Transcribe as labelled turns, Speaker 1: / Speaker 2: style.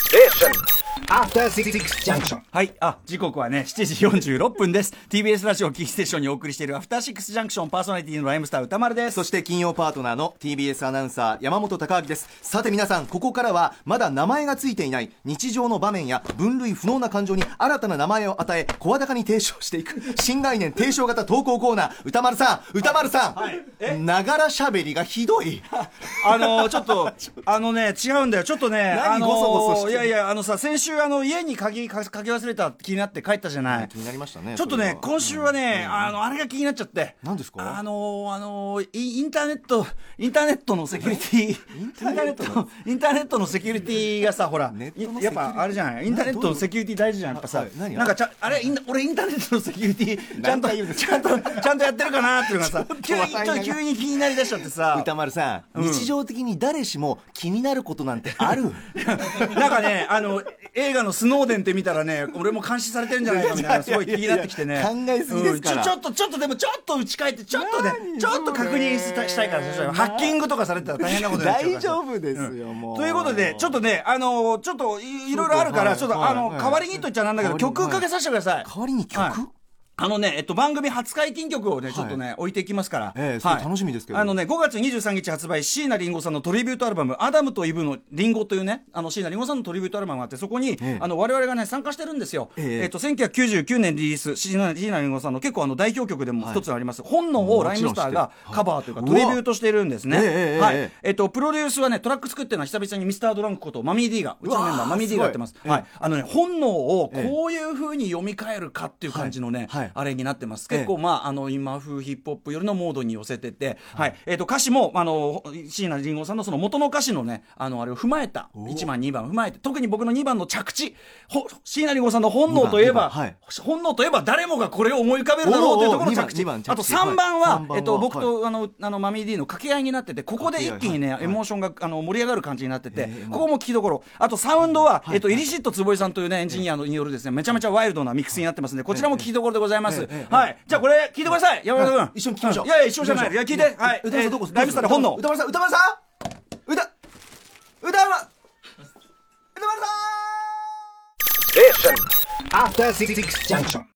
Speaker 1: Station.
Speaker 2: After Six Junction.
Speaker 3: はい。あ、時刻はね、7時46分です。TBS ラジオキーステーションにお送りしているアフターシックスジャンクションパーソナリティのライムスター歌丸です。
Speaker 4: そして金曜パートナーの TBS アナウンサー山本貴明ですさて皆さんここからはまだ名前がついていない日常の場面や分類不能な感情に新たな名前を与え声高に提唱していく新概念提唱型投稿コーナー歌丸さん歌丸さ
Speaker 3: はいえ
Speaker 4: んながらしゃべりがひどい
Speaker 3: あのーちょっと、あのね、違うんだよ。ちょっとね、
Speaker 4: 何
Speaker 3: あのー
Speaker 4: ゴソゴソして
Speaker 3: いやいや、あのさ、先週、あの、家に鍵かかけ忘れたって気になって帰ったじゃない。
Speaker 4: 気になりましたね
Speaker 3: ちょっと
Speaker 4: それ
Speaker 3: ね
Speaker 4: は、
Speaker 3: 今週はね、あの、あれが気になっちゃって。
Speaker 4: 何ですか
Speaker 3: あのーあのーインインターネット、インターネットのセキュリティ、インターネット、インターネットのセキュリティがさ、ほら
Speaker 4: ネットのセキュ、リティ
Speaker 3: やっぱあれじゃないインターネットのセキュリティ大事じゃん、やっぱさ
Speaker 4: はい。何
Speaker 3: なんかちゃん、あれ、イン俺インターネットのセキュリティ、ちゃんと、
Speaker 4: 何回
Speaker 3: ち
Speaker 4: 言うんです
Speaker 3: ゃんと、ちゃんとやってるかなっていうのがさ、急に、
Speaker 4: 笑い
Speaker 3: ちょ
Speaker 4: な
Speaker 3: っ
Speaker 4: が
Speaker 3: と
Speaker 4: ら
Speaker 3: 急に気になりだしちゃってさ。
Speaker 4: 歌丸さん、
Speaker 3: うん
Speaker 4: 日常的に誰しも気になることなんてある
Speaker 3: なんかね、あの、映画のスノーデンって見たらね、俺も監視されてるんじゃないかみたいな、すごい気になってきてね。
Speaker 4: 考えすぎですから
Speaker 3: うんちょちょっと、ちょっとでも、ちょっと打ち返って、ちょっとね、
Speaker 4: 何
Speaker 3: ちょっと確認したしたいから、そしたらハッキングとかされてたら大変なことになっちゃうから
Speaker 4: 大丈夫ですよ、もう
Speaker 3: ということで、ちょっとね、あの、ちょっとい、いろいろあるから、ち
Speaker 4: ち
Speaker 3: ょ
Speaker 4: ょ
Speaker 3: っ
Speaker 4: っ
Speaker 3: と
Speaker 4: と、
Speaker 3: あ
Speaker 4: はい
Speaker 3: の、
Speaker 4: はい
Speaker 3: 代わりにと言っちゃなんだけど、
Speaker 4: 代わり
Speaker 3: 曲
Speaker 4: に
Speaker 3: かけさせてください。
Speaker 4: 代わりに曲
Speaker 3: はいあのね、えっと、番組初解禁曲をね、ちょっとね、置いていきますから。
Speaker 4: ええ
Speaker 3: はい
Speaker 4: それ楽しみですけど
Speaker 3: あのね、5月23日発売、椎名林檎さんのトリビュートアルバム、アダムとイブのリンゴというね、あの、椎名林檎さんのトリビュートアルバムがあって、そこに、
Speaker 4: え
Speaker 3: あの、我々がね、参加してるんですよ。
Speaker 4: え
Speaker 3: え
Speaker 4: え
Speaker 3: っと、1999年リリース、椎名椎名林檎さんの結構あの、代表曲でも一つあります。本能をライムスターがカバーというか、
Speaker 4: も
Speaker 3: ト
Speaker 4: ちろん
Speaker 3: リビュー
Speaker 4: 知ってる
Speaker 3: トしてるんですね。
Speaker 4: うわええええ
Speaker 3: はい
Speaker 4: ええ
Speaker 3: えっと、プロデュースはね、トラック作ってるのは久々にミスタードランクこと、マミー D が、うちのメンバー、マミー D がやってます。はい。あのね、本能をこういう風に読み替えるかっていう感じのね、
Speaker 4: はいはい
Speaker 3: あれになってます。
Speaker 4: ええ
Speaker 3: 結構、まあ、あの、今風ヒップホップよりのモードに寄せてて、はい。えっと、歌詞も、あの、椎名林檎さんのその元の歌詞のね、あの、あれを踏まえた、1番、2番踏まえて、特に僕の2番の着地、ほ椎名林檎さんの本能といえば、
Speaker 4: 二番はい
Speaker 3: 本能といえば誰もがこれを思い浮かべるだろうというところの着地。
Speaker 4: おーおー二番二番着地
Speaker 3: あと3番は、
Speaker 4: はい三番は
Speaker 3: えっと、僕
Speaker 4: はい
Speaker 3: とあのあのマミー D の掛け合いになっててここで一気にね、エモーションがあの盛り上がる感じになってて、ここも聞きどころあとサウンドは、えっと、イリシット坪井さんという、ね、エンジニアのによるですねめちゃめちゃワイルドなミックスになってますんでこちらも聞きどころでございます、はい、じゃあこれ聞いてください山田君、
Speaker 4: はい一緒に聞きましょう
Speaker 3: いやいや一緒じゃないいや聞いてはい
Speaker 4: 歌丸さんどこ
Speaker 3: えーライブスターで本能
Speaker 4: 歌丸さん歌丸さん歌歌丸歌丸さん
Speaker 1: Station.
Speaker 2: After Six Junction.